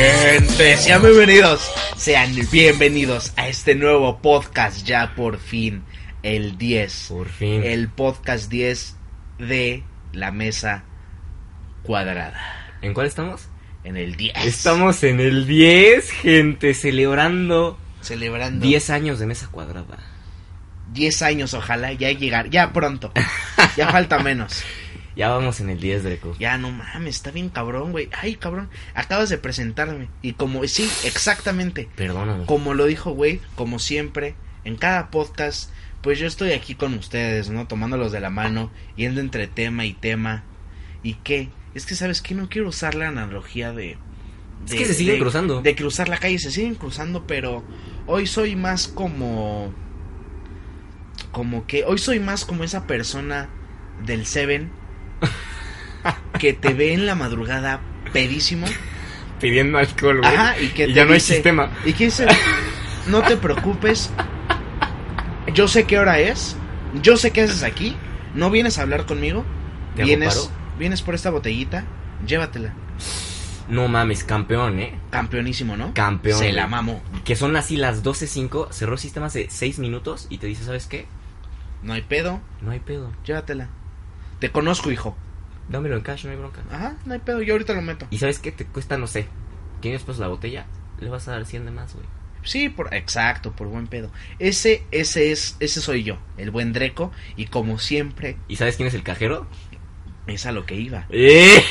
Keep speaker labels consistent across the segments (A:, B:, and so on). A: Este, sean bienvenidos, sean bienvenidos a este nuevo podcast, ya por fin, el 10.
B: Por fin.
A: El podcast 10 de la mesa cuadrada.
B: ¿En cuál estamos?
A: En el 10.
B: Estamos en el 10, gente, celebrando
A: celebrando
B: 10 años de mesa cuadrada.
A: 10 años, ojalá, ya llegar, ya pronto. Ya falta menos.
B: Ya vamos en el 10, Greco.
A: Ya no mames, está bien cabrón, güey. Ay, cabrón, acabas de presentarme. Y como, sí, exactamente.
B: Perdóname.
A: Como lo dijo, güey, como siempre, en cada podcast, pues yo estoy aquí con ustedes, ¿no? Tomándolos de la mano, yendo entre tema y tema. ¿Y qué? Es que, ¿sabes qué? No quiero usar la analogía de...
B: Es que se siguen
A: de-
B: cruzando.
A: De cruzar la calle, se siguen cruzando, pero hoy soy más como... Como que... Hoy soy más como esa persona del Seven que te ve en la madrugada pedísimo.
B: Pidiendo alcohol, güey.
A: Ajá, y que
B: Y
A: te
B: ya no hay
A: dice-
B: sistema.
A: Y que dice, no te preocupes, yo sé qué hora es, yo sé qué haces aquí, no vienes a hablar conmigo,
B: ¿Te hago
A: vienes,
B: paro?
A: vienes por esta botellita, llévatela.
B: No mames, campeón, ¿eh?
A: Campeonísimo, ¿no?
B: Campeón.
A: Se la mamó,
B: Que son así las 12.05, cerró el sistema hace 6 minutos y te dice, ¿sabes qué?
A: no hay pedo,
B: No hay pedo.
A: llévatela. Te conozco, hijo.
B: Dámelo en cash, no hay bronca.
A: Ajá, no hay pedo, yo ahorita lo meto.
B: ¿Y sabes qué? Te cuesta, no sé, 500 pesos la botella. Le vas a dar 100 de más, güey.
A: Sí, por exacto, por buen pedo. Ese ese es ese soy yo, el buen Dreco y como siempre
B: ¿Y sabes quién es el cajero?
A: es a lo que iba.
B: ¡Eh!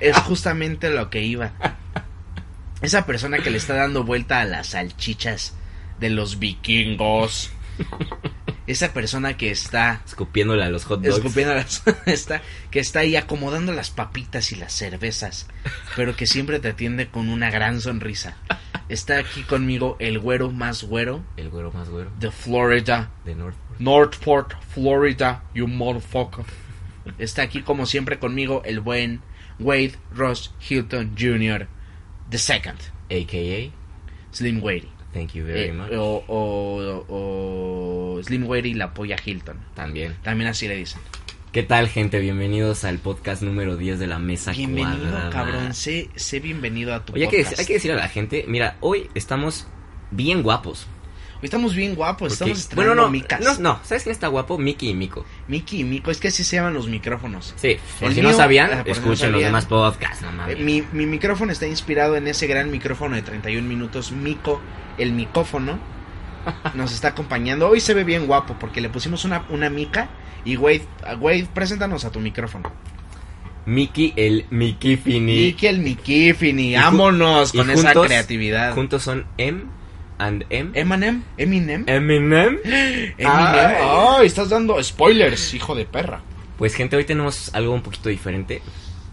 A: Es justamente lo que iba. Esa persona que le está dando vuelta a las salchichas de los vikingos. Esa persona que está
B: Escupiéndole a los hot dogs.
A: escupiendo las, está, que está ahí acomodando las papitas y las cervezas, pero que siempre te atiende con una gran sonrisa. Está aquí conmigo el güero más güero
B: El güero más güero
A: de Florida,
B: de Northport.
A: Northport, Florida, you motherfucker. Está aquí como siempre conmigo el buen Wade Ross Hilton Jr. The Second,
B: A.K.A.
A: Slim Wade.
B: Thank you very
A: Eh,
B: much.
A: o, o- o Slim Wade y la polla Hilton.
B: También.
A: También así le dicen.
B: ¿Qué tal, gente? Bienvenidos al podcast número 10 de la mesa
A: Bienvenido,
B: cuadrada.
A: cabrón. Sé, sé bienvenido a tu
B: Oye, hay que,
A: podcast.
B: hay que decir a la gente, mira, hoy estamos bien guapos.
A: Hoy Estamos bien guapos.
B: porque-
A: Pues Estamos estrenando
B: bueno, no,
A: micas.
B: no, no, ¿sabes quién está guapo? Mickey y Mico.
A: Miki y Mico. Es que así se llaman los micrófonos.
B: Sí, por
A: El
B: si
A: mío-
B: no sabían,
A: ah, por si no
B: escuchen los
A: sabían.
B: demás podcasts, no mames.
A: Eh, Mi, mi micrófono está inspirado en ese gran micrófono de 31 minutos. Mico, el micófono, nos está acompañando. Hoy se ve bien guapo porque le pusimos una, una mica. Y Wade, ah, Wade, preséntanos a tu micrófono.
B: Mickey, el Mickey Fini.
A: Miki el Miquifini,
B: ju-
A: vámonos
B: y
A: con esa
B: juntos-
A: creatividad.
B: Juntos son M and M.
A: Eminem, Eminem,
B: Eminem.
A: Eminem.
B: Eh, Ay.
A: Ay, estás dando spoilers, hijo de perra.
B: Pues gente, hoy tenemos algo un poquito diferente.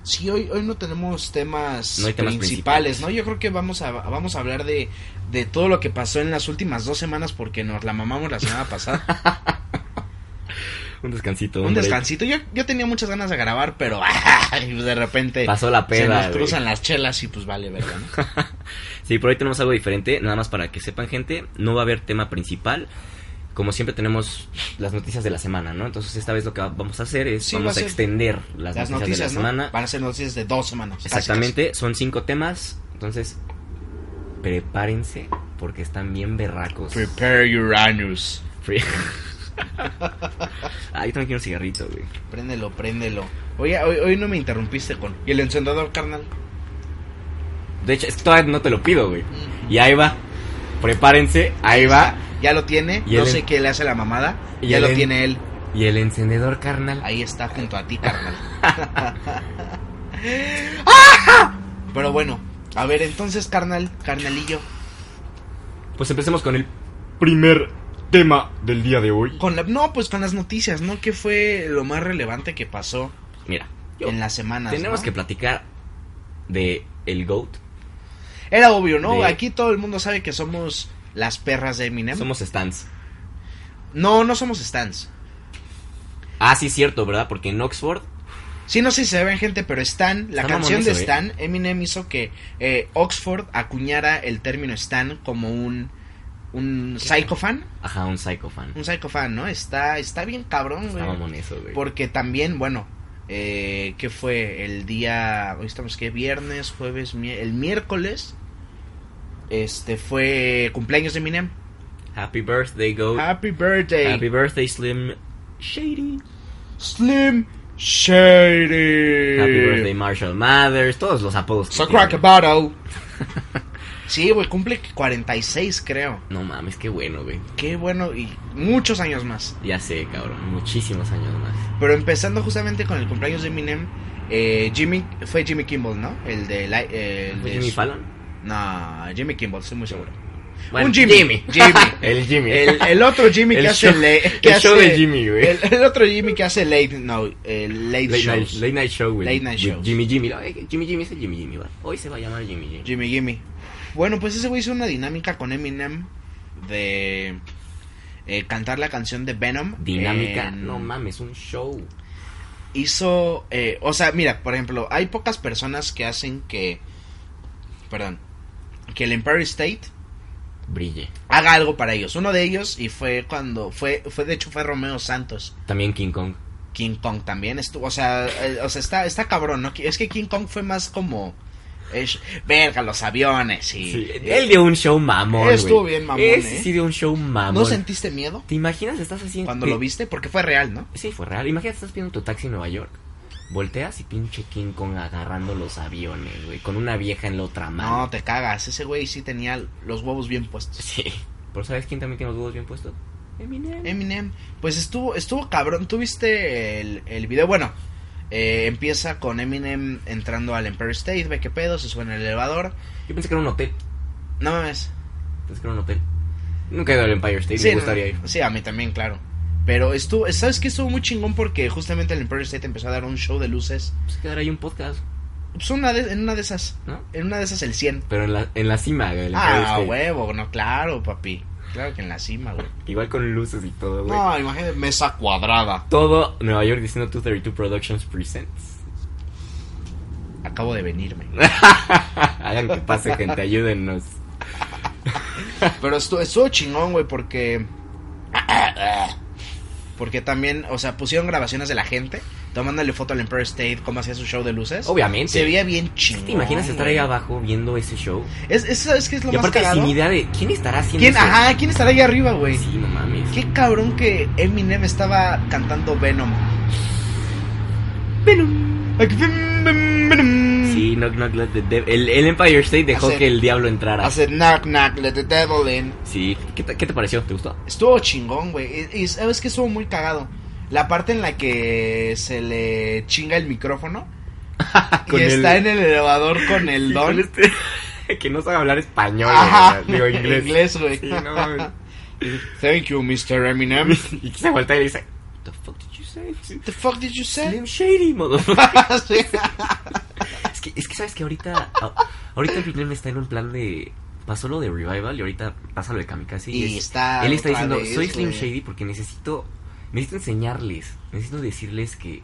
A: Sí, hoy, hoy no tenemos temas,
B: No hay temas
A: principales,
B: principales.
A: ¿no? Yo creo que vamos a, vamos a hablar de, de todo lo que pasó en las últimas dos semanas porque nos la mamamos la semana pasada.
B: Un descansito.
A: Un
B: hombre.
A: descansito. Yo, yo tenía muchas ganas de grabar, pero ay, pues, de repente
B: Pasó la
A: se
B: peda,
A: nos
B: güey.
A: cruzan las chelas y pues vale, ¿verdad? no?
B: Sí, por hoy tenemos algo diferente, nada más para que sepan gente, no va a haber tema principal. Como siempre tenemos las noticias de la semana, ¿no? Entonces esta vez lo que va- vamos a hacer es
A: Sí, va a
B: vamos a
A: ser
B: extender las,
A: Las
B: noticias,
A: noticias,
B: de
A: ¿no?
B: la semana.
A: Van a ser noticias de dos semanas. casi,
B: Exactamente, son cinco temas, entonces prepárense porque están bien berracos.
A: casi. Prepare your anus.
B: Free. ah, yo también quiero un cigarrito, güey.
A: Préndelo, préndelo. Oye, hoy, hoy no me interrumpiste con... ¿Y el encendedor, carnal?
B: De hecho, es que todavía no te lo pido, güey. Y ahí va. Prepárense, ahí va.
A: Ya lo tiene.
B: Y
A: no
B: el en-
A: sé qué le hace la mamada.
B: Y
A: Ya
B: el
A: lo
B: en-
A: tiene él.
B: Y el encendedor, carnal.
A: Ahí está junto a ti, carnal. Pero bueno, a ver, entonces, carnal, carnalillo,
B: Pues empecemos con el primer tema del día de hoy.
A: con la, no, pues con las noticias, ¿no? ¿Qué fue lo más relevante que pasó
B: Mira,
A: en las semanas?
B: tenemos
A: ¿no?
B: que platicar de el GOAT.
A: Era obvio, ¿no?
B: de-
A: Aquí todo el mundo sabe que somos las perras de Eminem.
B: Somos stands.
A: No, no somos Stans.
B: Ah, sí, cierto, ¿verdad? Porque en Oxford,
A: Sí, no sé si se ven gente, pero Stan, la
B: Está
A: canción
B: mamón
A: de
B: eso, ¿eh?
A: Stan, Eminem hizo que eh, Oxford acuñara el término Stan como un, un psicofan.
B: ajá, un psychofan.
A: un psycho fan, ¿no? Está, está bien cabrón, güey.
B: Está mamón eso, güey.
A: Porque también, bueno, eh, ¿qué fue? El día, hoy estamos, ¿qué? Viernes, jueves, mi- el miércoles. Este fue cumpleaños de Eminem.
B: Happy birthday, Goat.
A: Happy birthday.
B: Happy birthday, Slim Shady.
A: Slim Shady.
B: Happy birthday, Marshall Mathers. Todos los apodos. que
A: So
B: tiene.
A: crack a bottle. Sí, güey, cumple 46, creo.
B: No mames, qué bueno, güey.
A: Qué bueno y muchos años más.
B: Ya sé, cabrón. Muchísimos años más.
A: Pero empezando justamente con el cumpleaños de Eminem, eh, Jimmy fue Jimmy Kimball, ¿no? El de la- eh, el de
B: Jimmy
A: su-
B: Fallon?
A: No, Jimmy Kimball, estoy muy seguro.
B: Bueno,
A: Un Jimmy.
B: Jimmy.
A: Jimmy.
B: El Jimmy.
A: El, el otro Jimmy
B: El
A: que hace
B: show-
A: le-
B: el
A: que hace-
B: show de Jimmy, güey.
A: El, el otro Jimmy que hace late, no, eh, late,
B: Late night,
A: shows.
B: late night show, güey.
A: Late night
B: With
A: shows.
B: Jimmy Jimmy. Ay, Jimmy Jimmy es el Jimmy Jimmy, va. Hoy se va a llamar Jimmy Jimmy.
A: Jimmy Jimmy. Bueno, pues ese güey hizo una dinámica con Eminem de eh, cantar la canción de Venom.
B: Dinámica,
A: en-
B: no mames, un show.
A: hizo, eh, o sea, mira, por ejemplo, hay pocas personas que hacen que, perdón, que el Empire State
B: Brille.
A: haga algo para ellos. Uno de ellos y fue cuando fue, fue de hecho fue Romeo Santos.
B: También King Kong.
A: King Kong también estuvo, o sea, eh, o sea, está, está cabrón, ¿no? Es que King Kong fue más como, es, verga, los aviones y...
B: Sí,
A: eh,
B: él dio un show mamón.
A: Él estuvo
B: güey.
A: bien mamón,
B: Ese
A: eh.
B: sí dio un show mamón.
A: ¿No sentiste miedo
B: ¿Te imaginas? Estás así. en-
A: cuando lo viste? Porque fue real, ¿no?
B: Sí, fue real. Imagínate, estás pidiendo tu taxi en Nueva York. Volteas y pinche King Kong agarrando los aviones, güey. Con una vieja en la otra mano.
A: No, te cagas, ese güey sí tenía los huevos bien puestos.
B: Sí. ¿Pero sabes quién también tiene los huevos bien puestos? Eminem.
A: Eminem, pues estuvo, estuvo cabrón. ¿Tuviste el, el video? Bueno, eh, empieza con Eminem entrando al Empire State, ve qué pedo, se sube en el elevador.
B: Yo pensé que era un hotel.
A: No mames.
B: Pensé que era un hotel. Nunca he ido al Empire State. me gustaría ir.
A: sí, a mí también, claro. Pero estuvo, ¿sabes qué? Estuvo muy chingón porque justamente el Empire State empezó a dar un show de luces.
B: Pues quedar ahí un podcast,
A: Pues una de- en una de esas,
B: ¿no?
A: en una de esas el 100.
B: Pero en la, en la cima, güey. del Empire
A: Ah,
B: State.
A: huevo, no, claro, papi. Claro que en la cima, güey.
B: Igual con luces y todo, güey.
A: No, imagínate, mesa cuadrada.
B: Todo Nueva York diciendo 232 Productions Presents.
A: Acabo de venirme.
B: Hagan que pase, gente, ayúdennos.
A: Pero estuvo, estuvo chingón, güey, porque. Porque también, o sea, pusieron grabaciones de la gente tomándole foto al Empire State, cómo hacía su show de luces.
B: Obviamente.
A: Se veía bien chingón.
B: ¿Te imaginas estar ahí
A: güey.
B: abajo viendo ese show?
A: Es, es, ¿Sabes qué es lo
B: y
A: más
B: aparte,
A: cagado?
B: sin idea de quién estará haciendo
A: ¿Quién,
B: eso?
A: ajá, ¿quién estará ahí arriba, güey?
B: Sí, no mames.
A: Qué cabrón que Eminem estaba cantando Venom. Venom. Venom.
B: Sí, Knock Knock Let the Devil. El, el Empire State dejó
A: Hace-
B: que el diablo entrara.
A: Hace knock knock, let the devil in.
B: Sí, ¿Qué te, qué te pareció? ¿Te gustó?
A: Estuvo chingón, güey. Y, y sabes que estuvo muy cagado. La parte en la que se le chinga el micrófono y
B: Con el-
A: está en el elevador con el
B: Sí, con
A: don.
B: este- que no sabe hablar español.
A: Ajá.
B: o sea, Digo, inglés.
A: Inglés, güey.
B: Sí, no mames.
A: Thank you, Mr. Eminem. What
B: Y se voltea y le dice: The fuck did you say?
A: the fuck did you say? Ah,
B: Slim Shady, motherfucker.
A: Sí.
B: Es que, es que sabes que ahorita a- ahorita Eminem está en un plan de pasó lo de revival y ahorita pasa lo de Kamikaze y,
A: Y
B: es-
A: está
B: él está
A: Ah, otra
B: diciendo
A: vez,
B: soy Slim
A: güey".
B: Shady porque necesito necesito enseñarles necesito decirles que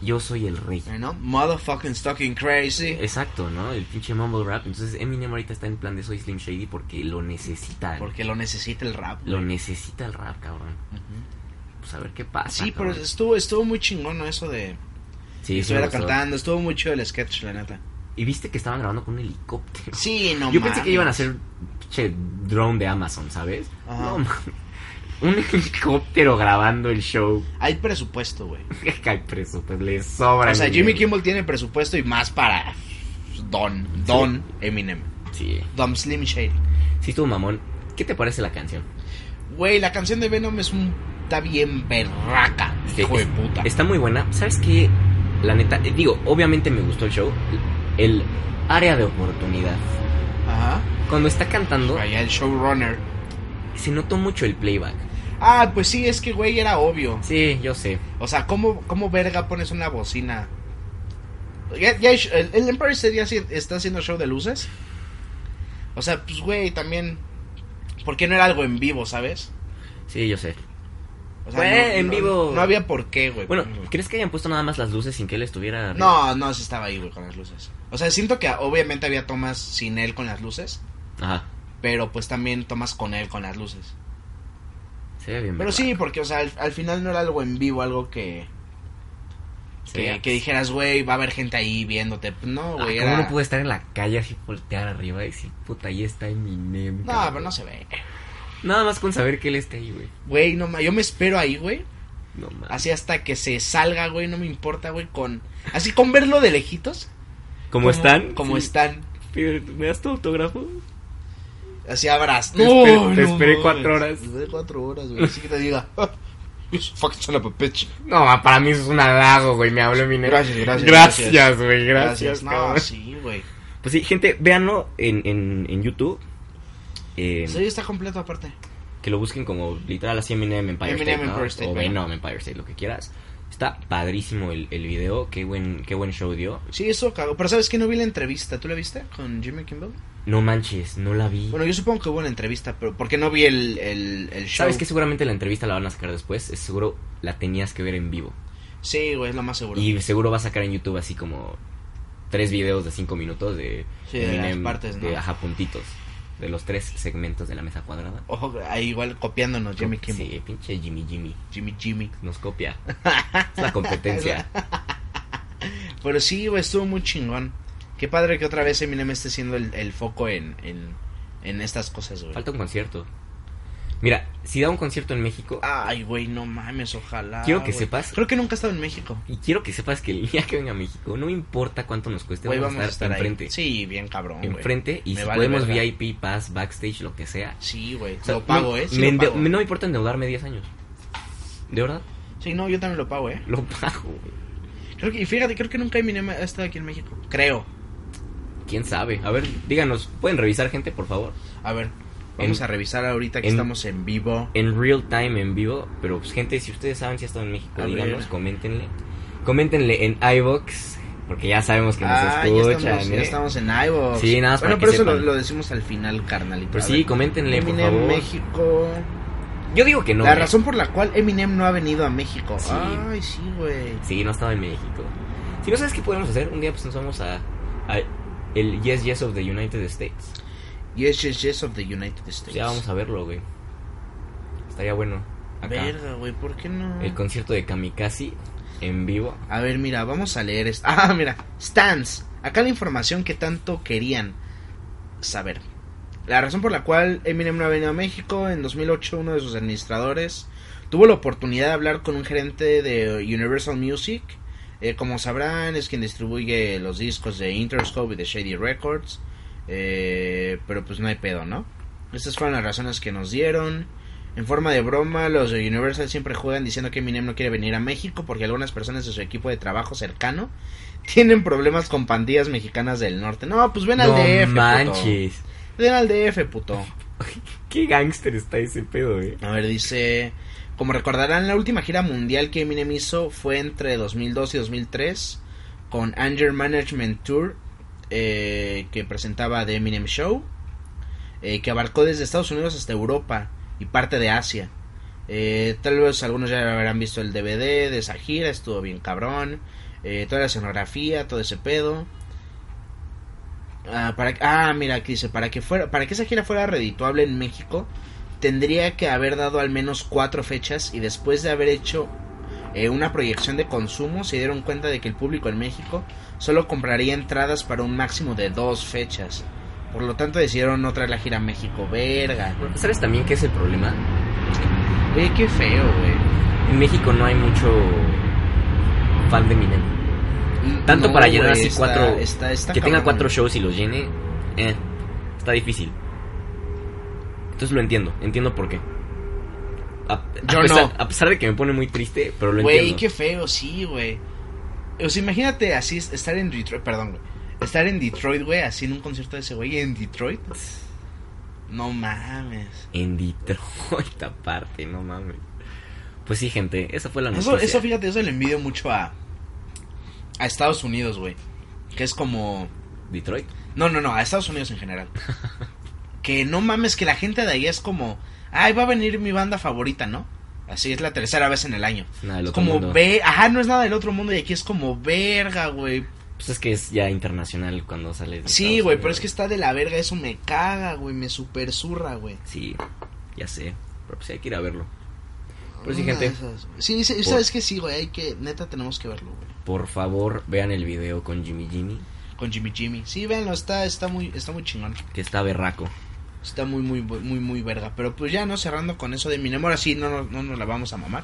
B: yo soy el rey
A: You know, Motherfucking stalking crazy.
B: exacto no el pinche mumble rap entonces Eminem ahorita está en plan de soy Slim Shady porque lo necesita
A: Porque lo necesita el rap.
B: lo
A: güey.
B: necesita el rap cabrón
A: Ujú.
B: pues a ver qué pasa
A: Sí, pero
B: cabrón.
A: estuvo, estuvo muy chingón ¿no? eso de
B: sí, sí me
A: estuviera
B: gustó.
A: cantando. Estuvo muy chido el sketch, la neta.
B: y viste que estaban grabando con un helicóptero
A: Sí, no
B: Yo pensé que iban a
A: mames.
B: hacer che, drone de Amazon, ¿sabes?
A: Ajá.
B: No, ma- un helicóptero grabando el show.
A: Hay presupuesto, güey.
B: Cae preso, pues le sobra.
A: O sea,
B: dinero.
A: Jimmy Kimmel tiene presupuesto y más para Don, Don Eminem,
B: Sí,
A: Don Slim Shady.
B: sí, estuvo mamón. ¿Qué te parece la canción?
A: Güey, la canción de Venom es un está bien berraca,
B: Sí,
A: hijo de
B: es-
A: puta.
B: Está muy buena. ¿Sabes qué? La neta, eh, digo, obviamente me gustó el show. El área de oportunidad.
A: Ajá.
B: Cuando está cantando,
A: Allá el showrunner.
B: se notó mucho el playback.
A: Ah, pues sí, es que güey era obvio.
B: Sí, yo sé.
A: O sea, ¿cómo, cómo verga pones una bocina? Ya, ya hay sh- el, el Empire State ya haci- está haciendo show de luces. O sea, pues güey, también. ¿Por qué no era algo en vivo, sabes?
B: Sí, yo sé.
A: O sea,
B: Güey, en vivo.
A: No había por qué, güey.
B: Bueno,
A: por ejemplo.
B: ¿crees que hayan puesto nada más las luces sin que él estuviera... arriba?
A: No, no, sí estaba ahí, güey, con las luces. O sea, siento que obviamente había tomas sin él con las luces,
B: Ajá.
A: pero pues también tomas con él con las luces.
B: Se ve bien.
A: Pero
B: berraco.
A: sí, porque, o sea, al, al final no era algo en vivo, algo que...
B: Sí,
A: Que,
B: pues.
A: que dijeras, güey, va a haber gente ahí viéndote. No,
B: Ah,
A: güey,
B: ¿Cómo
A: era-
B: no pude estar en la calle así voltear arriba y decir, puta, ahí está Eminem?
A: No,
B: cabrón"?
A: pero no se ve.
B: Nada más con saber que él está ahí, güey.
A: Güey, no, ma- yo me espero ahí, güey.
B: No mames.
A: Así hasta que se salga, güey, no me importa, güey, con... Así con verlo de lejitos.
B: ¿Cómo están?
A: Como
B: Sí.
A: están.
B: Pide, ¿Me das tu autógrafo?
A: Así abrazo.
B: Te esperé- te esperé cuatro
A: mames,
B: horas.
A: Te esperé cuatro horas, güey. Así que te diga... "It's fucking son of a bitch".
B: No, para mí eso es un halago, güey. Me habló Eminem.
A: Gracias, gracias,
B: Gracias, güey. Gracias,
A: Gracias. No,
B: cabrón.
A: sí, güey.
B: Pues sí, gente, véanlo en, en, en YouTube. Eh,
A: Sí, está completo aparte.
B: Que lo busquen como literal así Eminem Empire
A: Eminem
B: State. ¿no?
A: Empire State,
B: o
A: venga.
B: Venom Empire State, lo que quieras. Está padrísimo el, el video. Qué buen, qué buen show dio.
A: Sí, eso cagó. Pero ¿sabes que No vi la entrevista. ¿Tú la viste con Jimmy Kimmel?
B: No manches, no la vi.
A: Bueno, yo supongo que hubo una entrevista, pero porque no vi el, el, el show.
B: Sabes que seguramente la entrevista la van a sacar después. Es seguro la tenías que ver en vivo.
A: Sí, güey, es lo más seguro.
B: Y seguro va a sacar en YouTube así como tres videos de cinco minutos de,
A: Sí, de las partes, ¿no?
B: de ajá, puntitos. De los tres segmentos de la mesa cuadrada.
A: Ojo, ahí igual copiándonos Jimmy Kimmel.
B: Sí, pinche Jimmy Jimmy.
A: Jimmy Jimmy.
B: Nos copia. Es la competencia.
A: Pero sí, güey, estuvo muy chingón. Qué padre que otra vez Eminem esté siendo el, el foco en, en, en estas cosas, güey.
B: Falta un concierto. Mira, si da un concierto en México, ah,
A: Ay, güey, no mames, ojalá.
B: Quiero que
A: güey.
B: sepas-
A: Creo que nunca he estado en México.
B: y quiero que sepas que el día que venga a México, no importa cuánto nos cueste,
A: Güey,
B: vamos, a estar,
A: ahí.
B: enfrente.
A: Sí, bien cabrón, güey.
B: enfrente y
A: Me
B: si
A: vale
B: podemos
A: verga.
B: VIP, pass, backstage, lo que sea.
A: Sí, güey.
B: O sea,
A: lo pago,
B: no,
A: ¿eh? Sí,
B: me
A: lo
B: ende-
A: pago.
B: No me importa endeudarme 10 años. ¿De verdad?
A: Sí, no, yo también lo pago, ¿eh?
B: Lo pago, güey.
A: Creo que, y fíjate, creo que nunca Eminem ha estado aquí en México. Creo.
B: ¿Quién sabe? A ver, díganos, ¿pueden revisar gente, por favor?
A: A ver, vamos
B: En-
A: a revisar ahorita que
B: en-
A: estamos en vivo.
B: En real time, en vivo. Pero, pues, gente, si ustedes saben si ha estado en México,
A: A
B: díganos,
A: ver.
B: coméntenle. Coméntenle en iVox, porque ya sabemos que nos
A: Ah, ya
B: escuchan.
A: estamos, ya
B: ¿eh?
A: estamos en iVoox.
B: Sí, nada más
A: Bueno,
B: para
A: pero
B: que
A: eso lo,
B: sepan.
A: lo decimos al final, carnalito.
B: Pues
A: A
B: sí,
A: ver.
B: coméntenle, por
A: Eminem
B: favor.
A: México.
B: Yo digo que no. ¿eh?
A: la
B: güey.
A: razón por la cual Eminem no ha venido a México.
B: Sí.
A: Ay, sí, güey.
B: Sí, no estaba en México. Si no sabes qué podemos hacer, un día pues nos vamos a, a el Yes Yes of the United States.
A: Yes, yes, yes of the United States.
B: Pues ya vamos a verlo, güey. Estaría bueno. Acá.
A: Verga, güey, ¿por qué no?
B: El concierto de Kamikaze en vivo.
A: A ver, mira, vamos a leer esto. Ah, mira, Stans. Acá la información que tanto querían saber. La razón por la cual Eminem no ha venido a México, en 2008 uno de sus administradores tuvo la oportunidad de hablar con un gerente de Universal Music. Eh, como sabrán, es quien distribuye los discos de Interscope y de Shady Records. Eh, pero pues no hay pedo, ¿no? Estas fueron las razones que nos dieron. En forma de broma, los de Universal siempre juegan diciendo que Eminem no quiere venir a México porque algunas personas de su equipo de trabajo cercano tienen problemas con pandillas mexicanas del norte. No, pues ven al
B: no
A: DF, puto.
B: manches.
A: Ven al DF, puto.
B: Qué gángster está ese pedo, eh.
A: A ver, dice... Como recordarán, la última gira mundial que Eminem hizo fue entre 2002 y 2003 con Anger Management Tour eh, que presentaba The Eminem Show, eh, que abarcó desde Estados Unidos hasta Europa y parte de Asia. Eh, tal vez algunos ya habrán visto el DVD de esa gira, estuvo bien cabrón. eh, toda la escenografía, todo ese pedo. Ah, para, ah, mira, aquí dice, para que, fuera, para que esa gira fuera redituable en México, tendría que haber dado al menos cuatro fechas y después de haber hecho eh, una proyección de consumo, se dieron cuenta de que el público en México solo compraría entradas para un máximo de dos fechas. Por lo tanto decidieron no traer la gira a México, verga.
B: ¿Sabes también qué es el problema?
A: Güey, qué feo, güey.
B: En México no hay mucho fan de Eminem. Tanto para llenar
A: güey,
B: así
A: está-
B: cuatro-
A: está- está
B: que tenga
A: cabrón.
B: cuatro shows y los llene, eh, está difícil. Entonces lo entiendo, entiendo por qué. A, a
A: Yo
B: pesar,
A: no.
B: a pesar de que me pone muy triste, pero lo
A: Güey,
B: entiendo.
A: qué feo, sí, güey. O sea, imagínate así es- estar en Detroit, perdón, güey. Estar en Detroit, güey, así en un concierto de ese güey en Detroit. No mames.
B: En Detroit aparte, no mames. Pues sí, gente, esa fue la noticia.
A: Eso, eso, fíjate, eso le envidio mucho a a Estados Unidos, güey. Que es como
B: Detroit.
A: No, no, no, a Estados Unidos en general. que no mames, que la gente de ahí es como, ay, va a venir mi banda favorita, ¿no? Así es la tercera vez en el año.
B: Nada del
A: Es
B: otro
A: como
B: mundo.
A: ve, ajá, no es nada del otro mundo y aquí es como verga, güey.
B: Pues es que es ya internacional cuando sale. de
A: Sí,
B: Estados
A: güey, pero es que
B: Unidos.
A: está de la verga, eso me caga, güey, me super zurra, güey.
B: Sí, ya sé. Pero pues sí hay que ir a verlo. Pero sí,
A: Una
B: gente.
A: de esas. Sí, sí,
B: Por-
A: sabes que sí, güey, hay que, neta tenemos que verlo, güey.
B: Por favor, vean el video con Jimmy Jimmy,
A: Con Jimmy Jimmy. Sí, véanlo, está, está muy, está muy chingón.
B: que está berraco.
A: Está muy, muy, bu- muy, muy verga. Pero pues ya no cerrando con eso de Eminem. Ahora sí, no, no, no nos la vamos a mamar.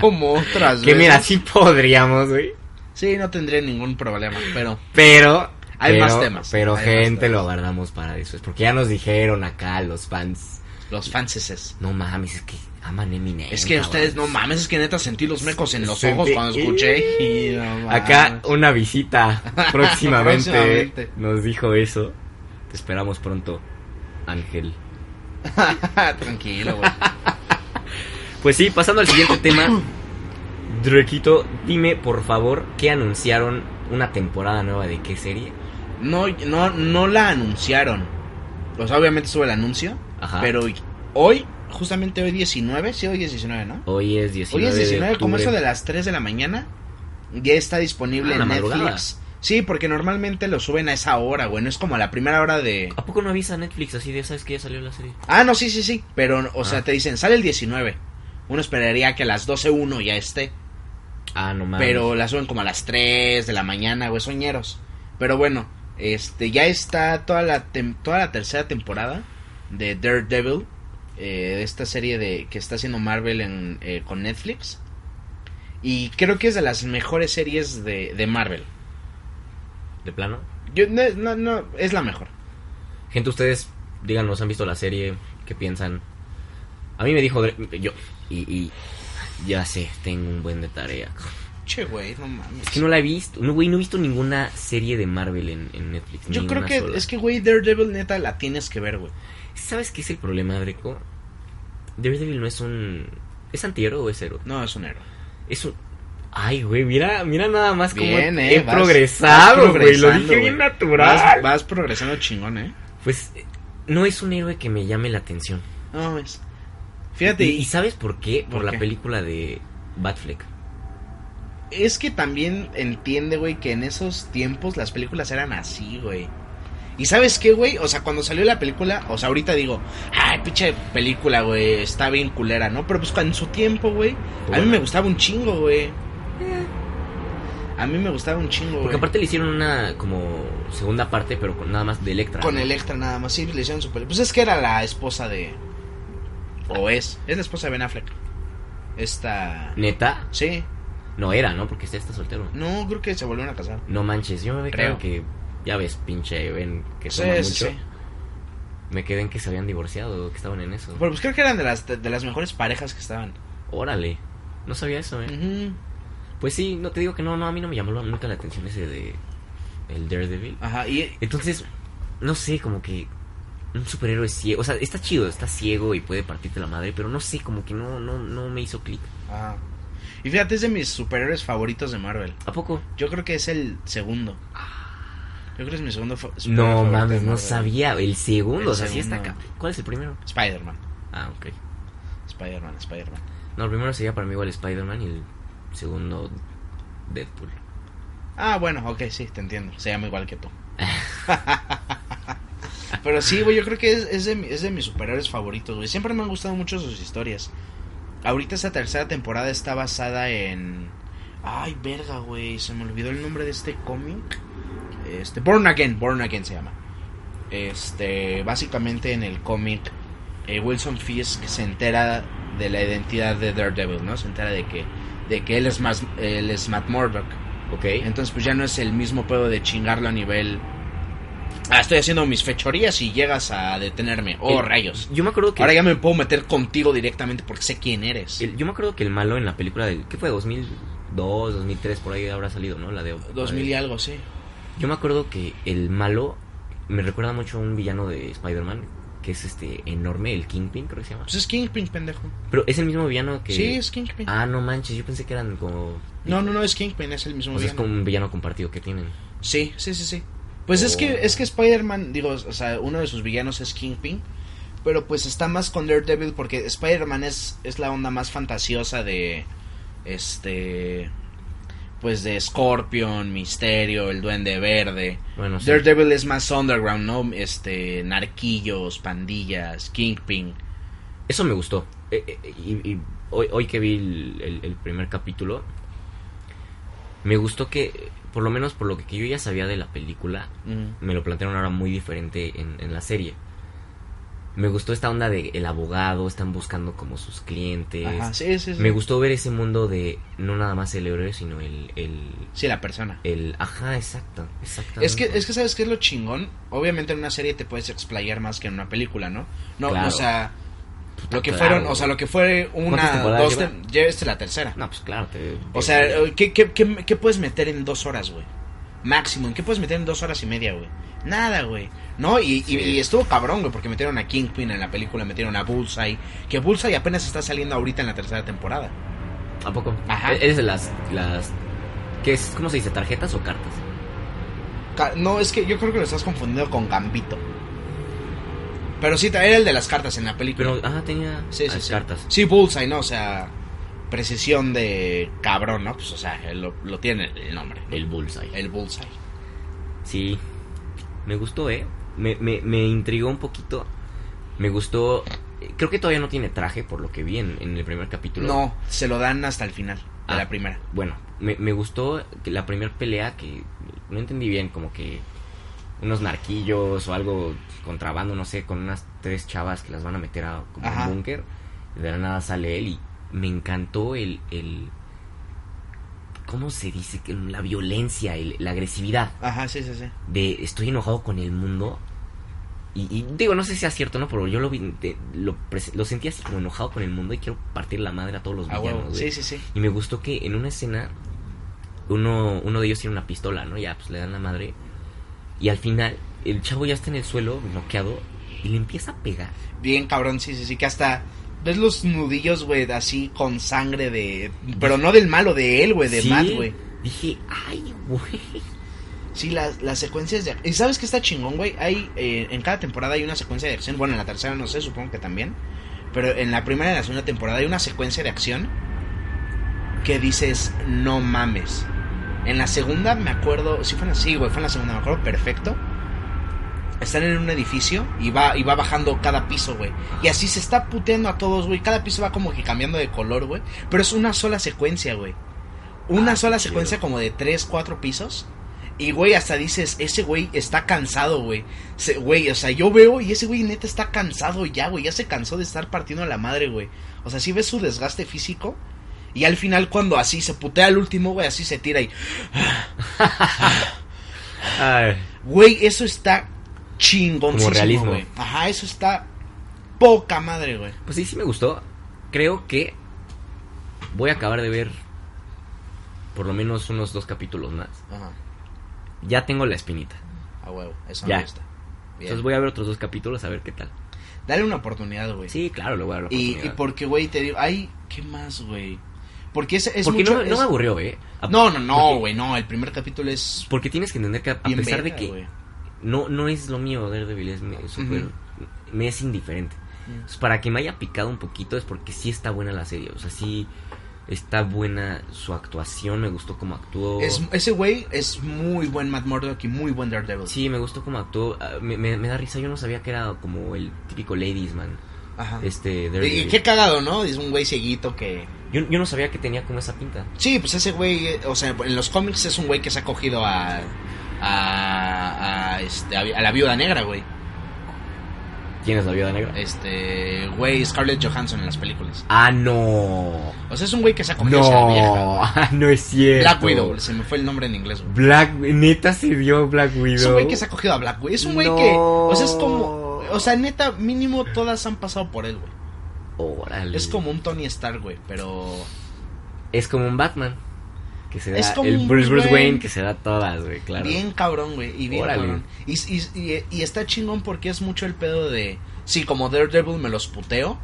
A: Como otras
B: Que
A: veces.
B: mira, sí podríamos, güey.
A: Sí, no tendría ningún problema. Pero
B: Pero.
A: Hay
B: pero-
A: más temas,
B: Pero
A: hay más
B: gente
A: temas.
B: lo guardamos para después. Porque ya nos dijeron acá los fans.
A: los fanses
B: No mames, es que aman Eminem.
A: es que
B: cabrón".
A: ustedes, no mames, es que neta sentí los mecos en los
B: Sentí-
A: ojos cuando escuché. Y, no
B: Acá
A: mames.
B: una visita próximamente,
A: Próximamente.
B: nos dijo eso. Te esperamos pronto, Ángel.
A: Tranquilo, güey.
B: Pues sí, pasando al siguiente tema. Drequito, dime por favor que anunciaron una temporada nueva de qué serie.
A: No, no, no la anunciaron. Pues obviamente estuvo el anuncio.
B: Ajá.
A: Pero hoy, justamente hoy 19, sí, hoy 19, ¿no?
B: Hoy es 19.
A: Hoy es 19,
B: de
A: como
B: octubre.
A: eso de las 3 de la mañana, ya está disponible
B: Ah,
A: en
B: la
A: Netflix.
B: madrugada.
A: Sí, porque normalmente lo suben a esa hora, güey. No es como a la primera hora de.
B: ¿A poco no avisa Netflix así de sabes que ya salió la serie?
A: Ah, no, sí, sí, sí. Pero, o
B: Ah.
A: sea, te dicen, sale el 19. Uno esperaría que a las 12 uno ya esté.
B: Ah, no mames.
A: Pero la suben como a las 3 de la mañana, güey, soñeros. Pero bueno, este, ya está toda la, tem- toda la tercera temporada de Daredevil, eh, de esta serie de que está haciendo Marvel en, eh, con Netflix. Y creo que es de las mejores series de, de Marvel.
B: de plano.
A: Yo, no, no, no, es la mejor.
B: Gente, ustedes díganos, ¿han visto la serie? ¿Qué piensan? A mí me dijo Dre- yo y, y ya sé, tengo un buen de tarea.
A: Che, güey, no mames.
B: Es que no la he visto, no güey, no he visto ninguna serie de Marvel en, en Netflix.
A: Yo
B: ni
A: creo
B: una
A: que
B: sola.
A: es que, güey, Daredevil neta la tienes que ver, güey.
B: ¿Sabes qué es el problema, Dreco? Daredevil no es un... ¿Es antihéroe o es héroe?
A: No, es un héroe.
B: Es un... Ay, güey, mira, mira nada más cómo
A: Bien,
B: he
A: eh, vas-
B: progresado,
A: vas
B: güey. Lo
A: progresando,
B: dije bien
A: güey.
B: natural.
A: Vas, vas progresando chingón, eh.
B: Pues eh, no es un héroe que me llame la atención.
A: No, es. Fíjate,
B: ¿Y, y sabes por qué? Por,
A: ¿Por
B: la
A: qué?
B: película de Batfleck.
A: Es que también entiende, güey, que en esos tiempos las películas eran así, güey. ¿Y sabes qué, güey? O sea, cuando salió la película, o sea, ahorita digo, ay, pinche película, güey, está bien culera, ¿no? Pero pues cuando en su tiempo, güey, a mí
B: Bueno.
A: me gustaba un chingo, güey. A mí me gustaba un chingo,
B: Porque
A: güey.
B: aparte le hicieron una como segunda parte, pero con nada más de Electra.
A: Con
B: ¿no?
A: Electra nada más, sí, le hicieron su peli- Pues es que era la esposa de... O es, es la esposa de Ben Affleck. Esta...
B: ¿Neta?
A: Sí.
B: No era, ¿no? Porque este está soltero.
A: No, creo que se volvieron a casar.
B: No manches, yo me
A: Creo.
B: quedé que... Ya ves, pinche ven que
A: Sí,
B: toma
A: sí,
B: mucho.
A: sí.
B: Me quedé en que se habían divorciado, que estaban en eso.
A: Pero pues creo que eran de las, de las mejores parejas que estaban.
B: Órale. No sabía eso, ¿eh?
A: Ujú,
B: Pues sí, no te digo que no, no, a mí no me llamó nunca la atención ese de... El Daredevil.
A: Ajá, y
B: Entonces, no sé, como que un superhéroe ciego, o sea, está chido, está ciego y puede partirte la madre, pero no sé, como que no no no me hizo clic.
A: ajá. ah, Y fíjate, es de mis superhéroes favoritos de Marvel.
B: ¿A poco?
A: Yo creo que es el segundo. Yo creo que es mi segundo fa- superhéroe
B: No
A: favorito
B: mames,
A: de
B: no
A: Marvel.
B: sabía. El segundo,
A: El
B: o sea, sí está acá.
A: segundo.
B: ¿Cuál es el primero?
A: Spider-Man.
B: Ah, ok.
A: Spider-Man, Spider-Man.
B: No, el primero sería para mí igual Spider-Man y el segundo Deadpool.
A: Ah, bueno, ok, sí, te entiendo. Se llama igual que tú. Pero sí, güey, yo creo que es, es de, mi- es de mis superhéroes favoritos, güey. Siempre me han gustado mucho sus historias. Ahorita esta tercera temporada está basada en... Ay, verga, güey, se me olvidó el nombre de este cómic. Este, Born Again, Born Again se llama. Este, básicamente en el cómic, eh, Wilson Fisk se entera de la identidad de Daredevil, ¿no? Se entera de que, de que él es, más, él es Matt Murdock.
B: Ok.
A: Entonces, pues ya no es el mismo pedo de chingarlo a nivel. Ah, estoy haciendo mis fechorías y llegas a detenerme. Oh,
B: El-
A: rayos.
B: Yo me acuerdo que
A: Ahora ya me puedo meter contigo directamente porque sé quién eres.
B: el- yo me acuerdo que el malo en la película del ¿qué fue? 2002, 2003 por ahí habrá salido, ¿no? La de
A: 2000 y algo, sí.
B: Yo me acuerdo que el malo me recuerda mucho a un villano de Spider-Man, que es este enorme, el Kingpin, creo que se llama.
A: Pues es Kingpin, pendejo.
B: Pero es el mismo villano que.
A: Sí, es Kingpin.
B: Ah, no manches, yo pensé que eran como.
A: No, no, no, es Kingpin, es el mismo
B: O sea, es
A: villano.
B: como un villano compartido que tienen.
A: Sí, sí, sí, sí. Pues es
B: Oh.
A: que, es que Spider-Man, digo, o sea, uno de sus villanos es Kingpin. Pero pues está más con Daredevil porque Spider-Man es, es la onda más fantasiosa de. Este. Pues de Scorpion, Misterio, el Duende Verde.
B: Bueno, sí.
A: Daredevil es más underground, ¿no? Este. Narquillos, pandillas, Kingpin.
B: Eso me gustó. Eh, eh, y y hoy, hoy que vi el, el- el primer capítulo, Me gustó que, por lo menos por lo que yo ya sabía de la película, me lo plantearon ahora muy diferente en, en la serie. Me gustó esta onda de el abogado, están buscando como sus clientes.
A: Ajá, Eh, sí, sí, sí.
B: Me gustó ver ese mundo de no nada más el héroe, sino el... el,
A: Sí, la persona.
B: el ajá, exacto, exactamente.
A: Es que, es que, ¿sabes qué es lo chingón? Obviamente en una serie te puedes explayar más que en una película, ¿no? No,
B: Claro.
A: o sea,
B: Puta,
A: lo que
B: claro,
A: fueron, o sea, lo que fue
B: ¿Cuántas
A: una,
B: temporadas
A: dos,
B: lleva?
A: tem- ya esta es la tercera.
B: No, pues claro. te- eh,
A: O sea, ¿qué, qué, qué, qué puedes meter en dos horas, güey? Máximo, ¿en qué puedes meter en dos horas y media, güey? Nada, güey. No, y, y-
B: Sí.
A: y estuvo cabrón, güey, porque metieron a Kingpin en la película, metieron a Bullseye, que Bullseye apenas está saliendo ahorita en la tercera temporada.
B: ¿A poco?
A: eh, Ajá.
B: ¿Eres de las, las... ¿Qué es? ¿Cómo se dice? ¿Tarjetas o cartas?
A: Ca- No, es que yo creo que lo estás confundiendo con Gambito. Pero sí, era el de las cartas en la película.
B: Pero, ajá, tenía
A: Sí, sí,
B: las
A: sí.
B: cartas.
A: Sí, Bullseye, ¿no? O sea, precisión de cabrón, ¿no? Pues, o sea, lo, lo tiene el nombre.
B: El bullseye.
A: El Bullseye.
B: Sí, me gustó, ¿eh? Me, me, me intrigó un poquito. Me gustó... Creo que todavía no tiene traje, por lo que vi en, en el primer capítulo.
A: No, se lo dan hasta el final de
B: Ah.
A: la primera.
B: Bueno, me, me gustó que la primera pelea que no entendí bien, como que unos narquillos o algo contrabando, no sé, con unas tres chavas que las van a meter a como
A: Ajá.
B: un búnker. De la nada sale él y me encantó el... el ¿Cómo se dice? Que La violencia, el- la agresividad
A: Ajá, sí, sí, sí.
B: de estoy enojado con el mundo. Y, y digo, no sé si sea cierto, ¿no? Pero yo lo, vi- de- lo, pres- lo sentí así como enojado con el mundo y quiero partir la madre a todos los
A: Ah,
B: villanos.
A: huevo.
B: güey.
A: Sí, sí, sí.
B: Y me gustó que en una escena uno, uno de ellos tiene una pistola, ¿no? Ya, pues le dan la madre. Y al final el chavo ya está en el suelo, bloqueado, y le empieza a pegar.
A: Bien cabrón, sí, sí, sí. Que hasta. ¿Ves los nudillos, güey? Así con sangre de. Pero no del malo, de él, güey, de
B: Sí,
A: Matt, güey.
B: Dije, ay, güey.
A: Sí, las, las secuencias de... ¿Y sabes qué está chingón, güey? Hay, eh, en cada temporada hay una secuencia de acción. Bueno, en la tercera no sé, supongo que también. Pero en la primera y la segunda temporada hay una secuencia de acción que dices, no mames. En la segunda me acuerdo, sí fue en la, sí, güey, fue en la segunda, me acuerdo perfecto. Están en un edificio y va, y va bajando cada piso, güey. Y así se está puteando a todos, güey. Cada piso va como que cambiando de color, güey. Pero es una sola secuencia, güey. Una
B: Ah,
A: sola
B: qué
A: secuencia como de tres, cuatro pisos. Y, güey, hasta dices, ese güey está cansado, güey. Se- Güey, o sea, yo veo y ese güey neta está cansado ya, güey. Ya se cansó de estar partiendo a la madre, güey. O sea, si ves su desgaste físico. Y al final, cuando así se putea al último, güey, así se tira y.
B: Ay.
A: Güey, eso está chingoncísimo,
B: Como realismo.
A: güey. Ajá, eso está poca madre, güey.
B: Pues sí, sí me gustó. Creo que voy a acabar de ver por lo menos unos dos capítulos más.
A: Ajá,
B: Ya tengo la espinita.
A: a huevo, eso
B: Ya.
A: me gusta. Bien.
B: Entonces voy a ver otros dos capítulos a ver qué tal.
A: Dale una oportunidad, güey.
B: Sí, claro, lo voy a ver.
A: Y, y porque, güey, te digo, ay, ¿qué más, güey? Porque es, es
B: Porque
A: mucho-
B: no, me- no
A: es-
B: me aburrió, ¿eh? A-
A: No, no, no,
B: porque-
A: güey, no, el primer capítulo es
B: Porque tienes que entender que a, a
A: bien
B: pesar de
A: verga,
B: que
A: güey.
B: no, no es lo mío Daredevil, es me, súper- me es indiferente. Entonces, para que me haya picado un poquito es porque sí está buena la serie. O sea, sí está buena su actuación, me gustó cómo actuó.
A: Es- ese güey es muy buen Matt Murdock y muy buen Daredevil.
B: Sí, me gustó cómo actuó. Ah, Me, me- me da risa, yo no sabía que era como el típico ladies man.
A: Ajá.
B: Este,
A: Ah. Y-
B: Daredevil.
A: y qué cagado, ¿no? Es un güey cieguito que...
B: Yo, yo no sabía que tenía como esa pinta.
A: Sí, pues ese güey, eh, o sea, en los cómics es un güey que se ha cogido a. a. a, este, a vi- a la viuda negra, güey.
B: ¿Quién es la viuda negra?
A: Este. güey, Scarlett Johansson en las películas.
B: Ah, no.
A: O sea, es un güey que se ha cogido a esa vieja.
B: No, ah, no es cierto.
A: Black Widow, se me fue el nombre en inglés, güey.
B: Black, neta se vio Black Widow.
A: Es un güey que se ha cogido a Black, güey. Es un güey que.
B: No.
A: O sea, es como. O sea, neta, mínimo todas han pasado por él, güey.
B: Órale.
A: Es como un Tony Stark, güey, pero.
B: Es como un Batman. Que se da,
A: Es como
B: el
A: un
B: Bruce, Bruce
A: Bruce
B: Wayne
A: Wayne
B: que se da todas, güey, claro.
A: Bien cabrón, güey. Y bien
B: Órale.
A: cabrón. Y, y- y- y está chingón porque es mucho el pedo de. Sí, como Daredevil me los puteo.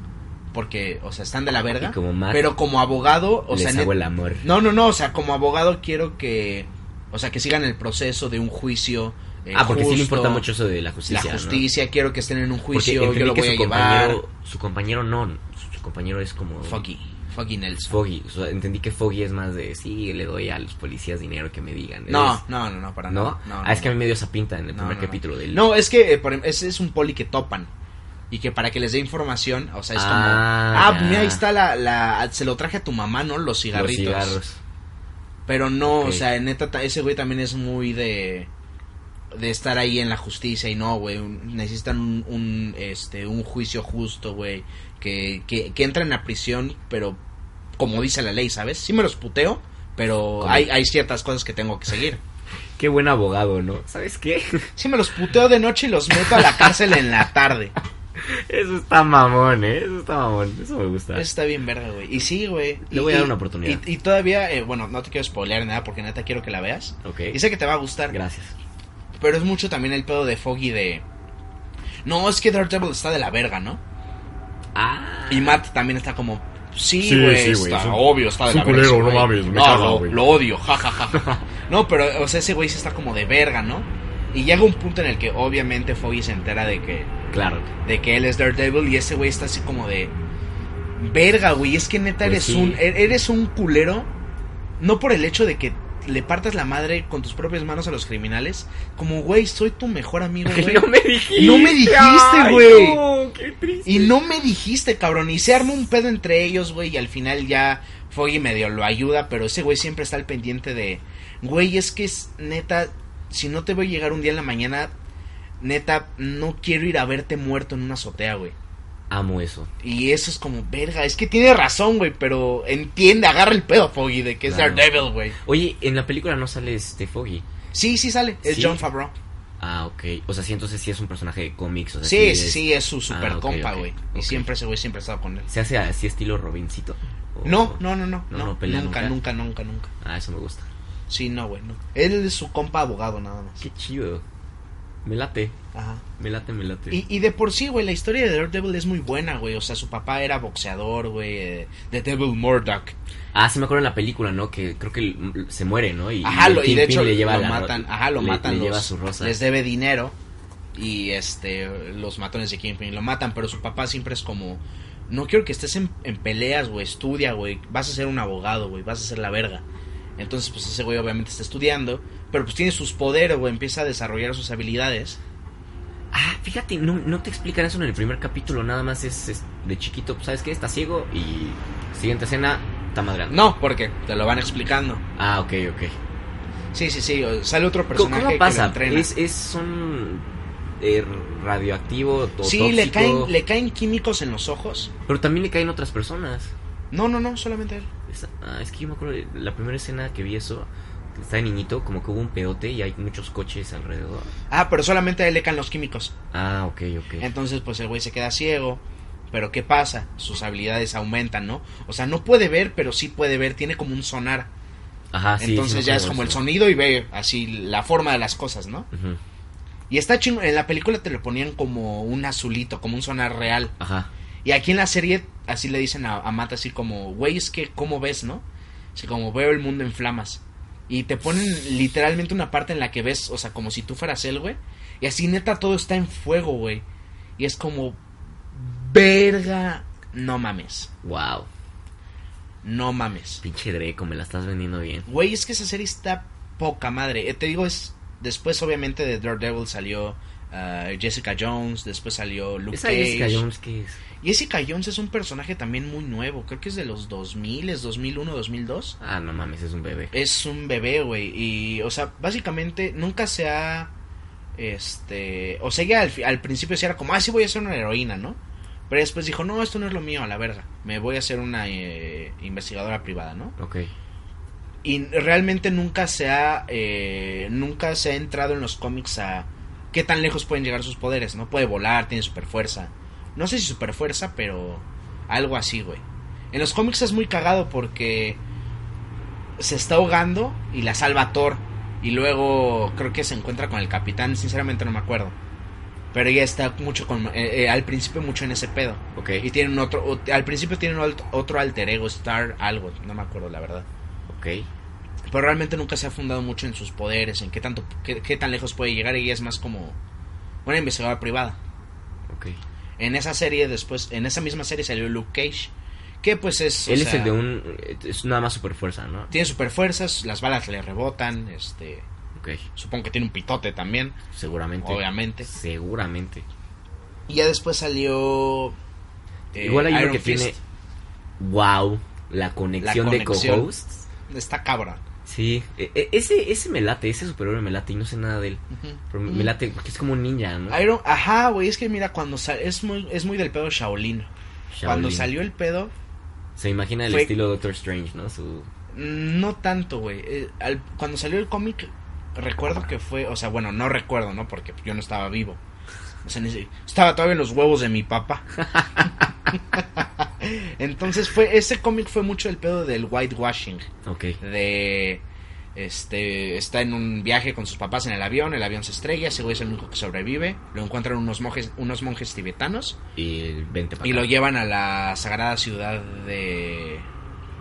A: Porque, o sea, están de la verga.
B: Y como Matt,
A: pero como abogado, o
B: Les
A: sea.
B: hago
A: net-
B: el amor.
A: No, no, no. O sea, como abogado quiero que. O sea, que sigan el proceso de un juicio. eh,
B: ah, porque sí le
A: justo,
B: importa mucho eso de la
A: La
B: justicia. ¿no?
A: justicia, quiero que estén en un
B: Porque
A: juicio. Yo
B: entendí
A: lo
B: que
A: voy a
B: su
A: llevar.
B: compañero, su compañero no, su, su compañero es como
A: Foggy. Foggy Nelson.
B: Foggy, o sea, entendí que Foggy es más de sí, le doy a los policías dinero que me digan.
A: No,
B: Es-
A: no, no, no, para
B: ¿no?
A: nada.
B: ah, es que a mí me dio esa pinta en el
A: No,
B: primer
A: no, no.
B: capítulo del
A: No, es que eh, por ejemplo, ese es un poli que topan. Y que para que les dé información, o sea, es como.
B: Ah,
A: Ah,
B: ya.
A: mira, ahí está la, la. Se lo traje a tu mamá, ¿no? Los
B: los
A: cigarritos.
B: cigarros.
A: Pero no,
B: Ok.
A: o sea, neta, ta- ese güey también es muy de. De estar ahí en la justicia y no, güey. un- Necesitan un, un, este, un juicio justo, güey. Que, que, que entren a prisión, pero como dice la ley, ¿sabes? Sí me los puteo, pero
B: ¿Cómo?
A: hay, hay ciertas cosas que tengo que seguir.
B: Qué buen abogado, ¿no? ¿Sabes qué?
A: Sí me los puteo de noche y los meto a la cárcel en la tarde.
B: Eso está mamón, ¿eh? Eso está mamón. Eso me gusta.
A: Eso está bien verga, güey. Y sí, güey.
B: Le
A: Y-
B: voy a dar
A: y-
B: una oportunidad.
A: Y, y todavía, eh, bueno, no te quiero spoilear nada porque neta quiero que la veas.
B: Ok.
A: Y sé que te va a gustar.
B: Gracias.
A: Pero es mucho también el pedo de Foggy de... No, es que Daredevil está de la verga, ¿no?
B: Ah.
A: Y Matt también está como... Sí,
B: Sí,
A: güey,
B: sí, güey,
A: está
B: es un-
A: obvio, está de
B: es un
A: la verga.
B: culero,
A: ese
B: no
A: güey.
B: mames, me
A: No,
B: caga,
A: lo,
B: güey.
A: lo odio, jajaja. no, pero, o sea, ese güey sí está como de verga, ¿no? Y llega un punto en el que obviamente Foggy se entera de que,
B: Claro.
A: de que él es Daredevil y ese güey está así como de... Verga, güey, es que neta
B: Pues
A: eres
B: sí.
A: un... e- Eres un culero, no por el hecho de que le partas la madre con tus propias manos a los criminales, como, güey, soy tu mejor amigo, güey.
B: No me dijiste.
A: No me dijiste,
B: Ay,
A: güey.
B: no, qué triste.
A: Y no me dijiste, cabrón. Y se arma un pedo entre ellos, güey. Y al final ya Foggy medio lo ayuda. Pero ese güey siempre está al pendiente de. Güey, es que es neta. Si no te voy a llegar un día en la mañana, neta, no quiero ir a verte muerto en una azotea, güey.
B: Amo eso.
A: Y eso es como, verga, es que tiene razón, güey, pero entiende, agarra el pedo, Foggy, de que es
B: Claro.
A: Daredevil, güey.
B: Oye, en la película no sale este Foggy.
A: Sí, sí sale, es
B: Sí.
A: John Favreau.
B: Ah, ok. O sea, sí, entonces sí es un personaje de cómics. O sea,
A: Sí, sí,
B: es-
A: sí, es su super
B: ok,
A: compa,
B: ok,
A: güey. Y
B: ok.
A: siempre ese güey siempre ha estado con él.
B: ¿Se hace así estilo Robincito? O-
A: No, no, no, no,
B: No,
A: no,
B: no pelea
A: nunca,
B: nunca.
A: nunca, nunca, nunca.
B: Ah, eso me gusta.
A: Sí, no, güey, no. Él es su compa abogado nada más.
B: Qué chido. Me late,
A: Ajá.
B: me late, me late.
A: Y, y de por sí, güey, la historia de Daredevil es muy buena, güey. O sea, su papá era boxeador, güey, eh, de Devil Murdoch.
B: Ah, sí me acuerdo en la película, ¿no? Que creo que l- se muere, ¿no? Y,
A: Ajá,
B: el
A: lo, y de
B: Kingpin
A: hecho
B: le lleva
A: lo
B: la ro-
A: matan, ajá, lo
B: le-
A: matan
B: le
A: los,
B: lleva su rosa.
A: les debe dinero y este los matones de Kingpin lo matan, pero su papá siempre es como no quiero que estés en, en peleas, güey, estudia, güey, vas a ser un abogado, güey, vas a ser la verga. Entonces, pues ese güey obviamente está estudiando, pero pues tiene sus poderes, güey, empieza a desarrollar sus habilidades.
B: Ah, fíjate, no, no te explican eso en el primer capítulo, nada más es, es de chiquito, pues, ¿sabes qué? Está ciego y siguiente escena está más grande.
A: No, porque te lo van explicando.
B: Ah, ok, ok.
A: Sí, sí, sí, o- sale otro
B: ¿Cómo,
A: personaje
B: cómo
A: que lo
B: pasa?
A: entrena.
B: ¿Es, es son eh, radioactivo o
A: sí,
B: tóxico?
A: le caen, le caen químicos en los ojos.
B: Pero también le caen otras personas.
A: No, no, no, solamente él.
B: Esa- ah, es que yo me acuerdo de la primera escena que vi eso, que está de niñito, como que hubo un peote y hay muchos coches alrededor.
A: Ah, pero solamente a él le caen los químicos.
B: Ah, ok, ok.
A: Entonces, pues el güey se queda ciego. Pero ¿qué pasa? Sus habilidades aumentan, ¿no? O sea, no puede ver, pero sí puede ver, tiene como un sonar.
B: Ajá, sí, sí.
A: Entonces
B: me
A: ya es
B: acuerdo
A: como el
B: de
A: sonido y ve así la forma de las cosas, ¿no?
B: eso. Ujú,
A: Y está chingón, en la película te lo ponían como un azulito, como un sonar real.
B: Ajá.
A: Y aquí en la serie así le dicen a, a Matt así como, güey, es que ¿cómo ves, no? Así como veo el mundo en flamas. Y te ponen literalmente una parte en la que ves, o sea, como si tú fueras él, güey. Y así neta todo está en fuego, güey. Y es como, verga, no mames,
B: Wow.
A: no mames.
B: Pinche Dreco, me la estás vendiendo bien.
A: Güey, es que esa serie está poca madre. Eh, te digo, es después obviamente de Daredevil salió ah, Jessica Jones, después salió Luke
B: Esa
A: Cage.
B: Jessica Jones que es.
A: Jessica Jones es un personaje también muy nuevo, creo que es de los 2000, es 2001, 2002.
B: Ah, no mames, es un bebé.
A: Es un bebé, güey, y, o sea, básicamente nunca se ha, este, o sea, ella al, fi- al principio sí era como, ah, sí voy a ser una heroína, ¿no? Pero después dijo, no, esto no es lo mío, a la verga, me voy a ser una eh, investigadora privada, ¿no?
B: Ok.
A: Y realmente nunca se ha, eh, nunca se ha entrado en los cómics a qué tan lejos pueden llegar sus poderes, ¿no? Puede volar, tiene superfuerza. No sé si superfuerza, pero algo así, güey. En los cómics es muy cagado porque se está ahogando y la salva Thor. Y luego creo que se encuentra con el capitán, sinceramente no me acuerdo. Pero ella está mucho con... eh, eh, al principio mucho en ese pedo.
B: Ok.
A: Y tienen otro... o- al principio tienen alt- otro alter ego, Star algo, no me acuerdo la verdad
B: Ok.
A: pero realmente nunca se ha fundado mucho en sus poderes, en qué tanto, qué, qué tan lejos puede llegar. Ella es más como una investigadora privada.
B: Ok.
A: En esa serie después, en esa misma serie salió Luke Cage, que pues es, o
B: Él es
A: sea,
B: el de un. eh, Es nada más super fuerza, ¿no?
A: tiene superfuerzas, las balas le rebotan, este,
B: Ok.
A: supongo que tiene un pitote también,
B: Seguramente.
A: obviamente.
B: Seguramente.
A: Y ya después salió eh,
B: Igual hay uno
A: Iron
B: que
A: Fist.
B: tiene. Wow. La conexión,
A: La conexión.
B: de co-hosts.
A: está cabra.
B: Sí, e- e- ese, ese me late, ese superhéroe me late y no sé nada de él.
A: Ujú.
B: Pero me late porque es como un ninja, ¿no?
A: Iron, ajá, güey, es que mira, cuando sal- es muy, es muy del pedo Shaolin. Cuando
B: Shaolin.
A: salió el pedo,
B: Se imagina el
A: fue-
B: estilo Doctor Strange, ¿no? Su...
A: no tanto, güey. Eh, al- cuando salió el cómic, recuerdo que fue, o sea, bueno, no recuerdo, ¿no? Porque yo no estaba vivo. O sea, ni si- estaba todavía en los huevos de mi papá. Entonces fue, ese cómic fue mucho el pedo del whitewashing.
B: Ok.
A: de este está en un viaje con sus papás en el avión, el avión se estrella, ese güey es el único que sobrevive, lo encuentran unos monjes, unos monjes tibetanos
B: Y el 20 para
A: y
B: acá.
A: lo llevan a la sagrada ciudad de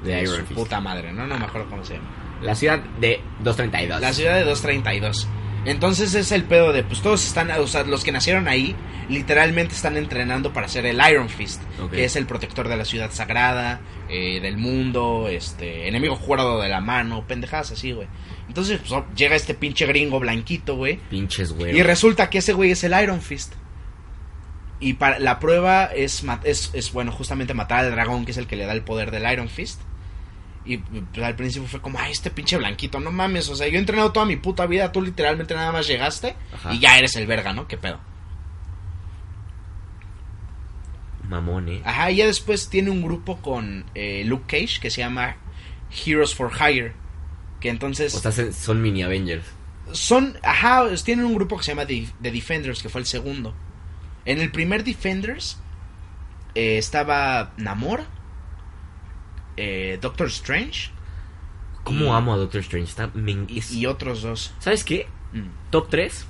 B: de
A: su
B: Iron Fist.
A: puta madre, no no me acuerdo cómo se llama.
B: La ciudad de 232.
A: La ciudad de 232. Entonces es el pedo de pues todos están, o sea, los que nacieron ahí literalmente están entrenando para ser el Iron Fist,
B: Ok.
A: que es el protector de la ciudad sagrada, eh, del mundo, este, enemigo jurado de la mano, pendejadas así, güey. Entonces pues, oh, llega este pinche gringo blanquito, güey,
B: Pinches güeros.
A: y resulta que ese güey es el Iron Fist. Y para, la prueba es, ma- es, es, bueno, justamente matar al dragón, que es el que le da el poder del Iron Fist. Y pues, al principio fue como, ay, este pinche blanquito, no mames, o sea, yo he entrenado toda mi puta vida, tú literalmente nada más llegaste
B: Ajá.
A: y ya eres el verga, ¿no? ¿Qué pedo?
B: Mamón, eh.
A: Ajá, y ya después tiene un grupo con eh, Luke Cage que se llama Heroes for Hire. Que entonces
B: O sea, se- son mini Avengers.
A: son, ajá, es- tienen un grupo que se llama The, The Defenders, que fue el segundo. En el primer Defenders eh, estaba Namor, eh, Doctor Strange
B: ¿Cómo
A: Y-
B: amo a Doctor Strange? Está, me en-
A: y,
B: es-
A: y otros dos.
B: ¿Sabes qué?
A: Mm.
B: Top 3.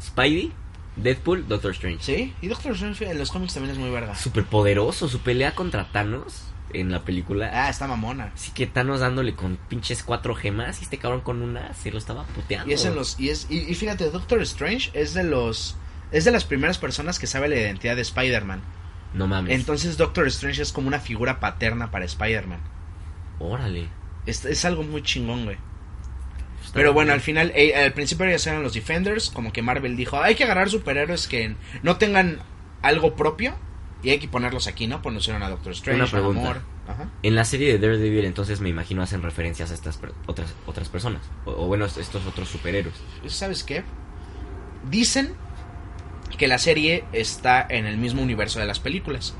B: Spidey, Deadpool, Doctor Strange.
A: Sí, y Doctor Strange en los cómics también es muy verga.
B: Súper poderoso. Su pelea contra Thanos en la película.
A: Ah, está mamona.
B: Así que Thanos dándole con pinches cuatro gemas y este cabrón con una se lo estaba puteando.
A: Y es en los y es y, y fíjate, Doctor Strange es de los es de las primeras personas que sabe la identidad de Spider-Man.
B: No mames.
A: Entonces Doctor Strange es como una figura paterna para Spider-Man.
B: Órale.
A: Es, es algo muy chingón, güey.
B: Está
A: Pero bueno,
B: bien.
A: al final, eh, al principio ya eran los Defenders, como que Marvel dijo, hay que agarrar superhéroes que no tengan algo propio y hay que ponerlos aquí, ¿no? Pues nos hicieron a Doctor Strange,
B: Una pregunta.
A: a Namor. Ajá.
B: En la serie de Daredevil, entonces me imagino hacen referencias a estas per- otras, otras personas. O, o bueno, est- estos otros superhéroes.
A: Pues, ¿Sabes qué? Dicen que la serie está en el mismo universo de las películas.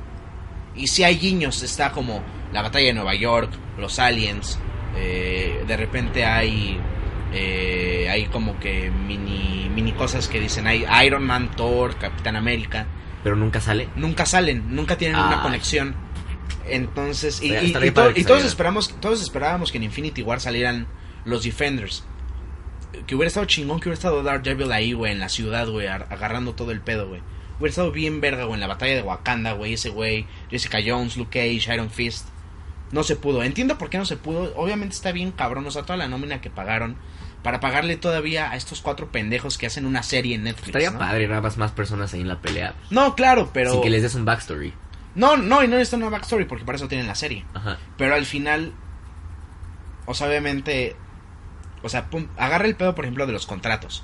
A: Y si hay guiños, está como la batalla de Nueva York, los aliens, eh, de repente hay... eh, hay como que mini, mini cosas que dicen, hay Iron Man, Thor, Capitán América.
B: Pero nunca sale.
A: nunca salen, nunca tienen
B: Ah.
A: una conexión. Entonces, y,
B: Estaría-
A: y-
B: estaría
A: y
B: padre
A: to-
B: que
A: y todos
B: salieran.
A: esperamos, todos esperábamos que en Infinity War salieran los Defenders. Que hubiera estado chingón, que hubiera estado Daredevil ahí, güey, en la ciudad, güey, ar- agarrando todo el pedo, güey. Hubiera estado bien verga, güey, en la batalla de Wakanda, güey, ese güey, Jessica Jones, Luke Cage, Iron Fist. No se pudo. Entiendo por qué no se pudo. Obviamente está bien cabrón, o sea, toda la nómina que pagaron para pagarle todavía a estos cuatro pendejos que hacen una serie en Netflix.
B: Estaría
A: ¿no?
B: padre, nada más más personas ahí en la pelea.
A: No, claro, pero...
B: Sin que les des un backstory.
A: No, no, y no necesitan una backstory porque para eso tienen la serie.
B: Ajá.
A: Pero al final, o sea, obviamente, o sea, pum, agarra el pedo, por ejemplo, de los contratos.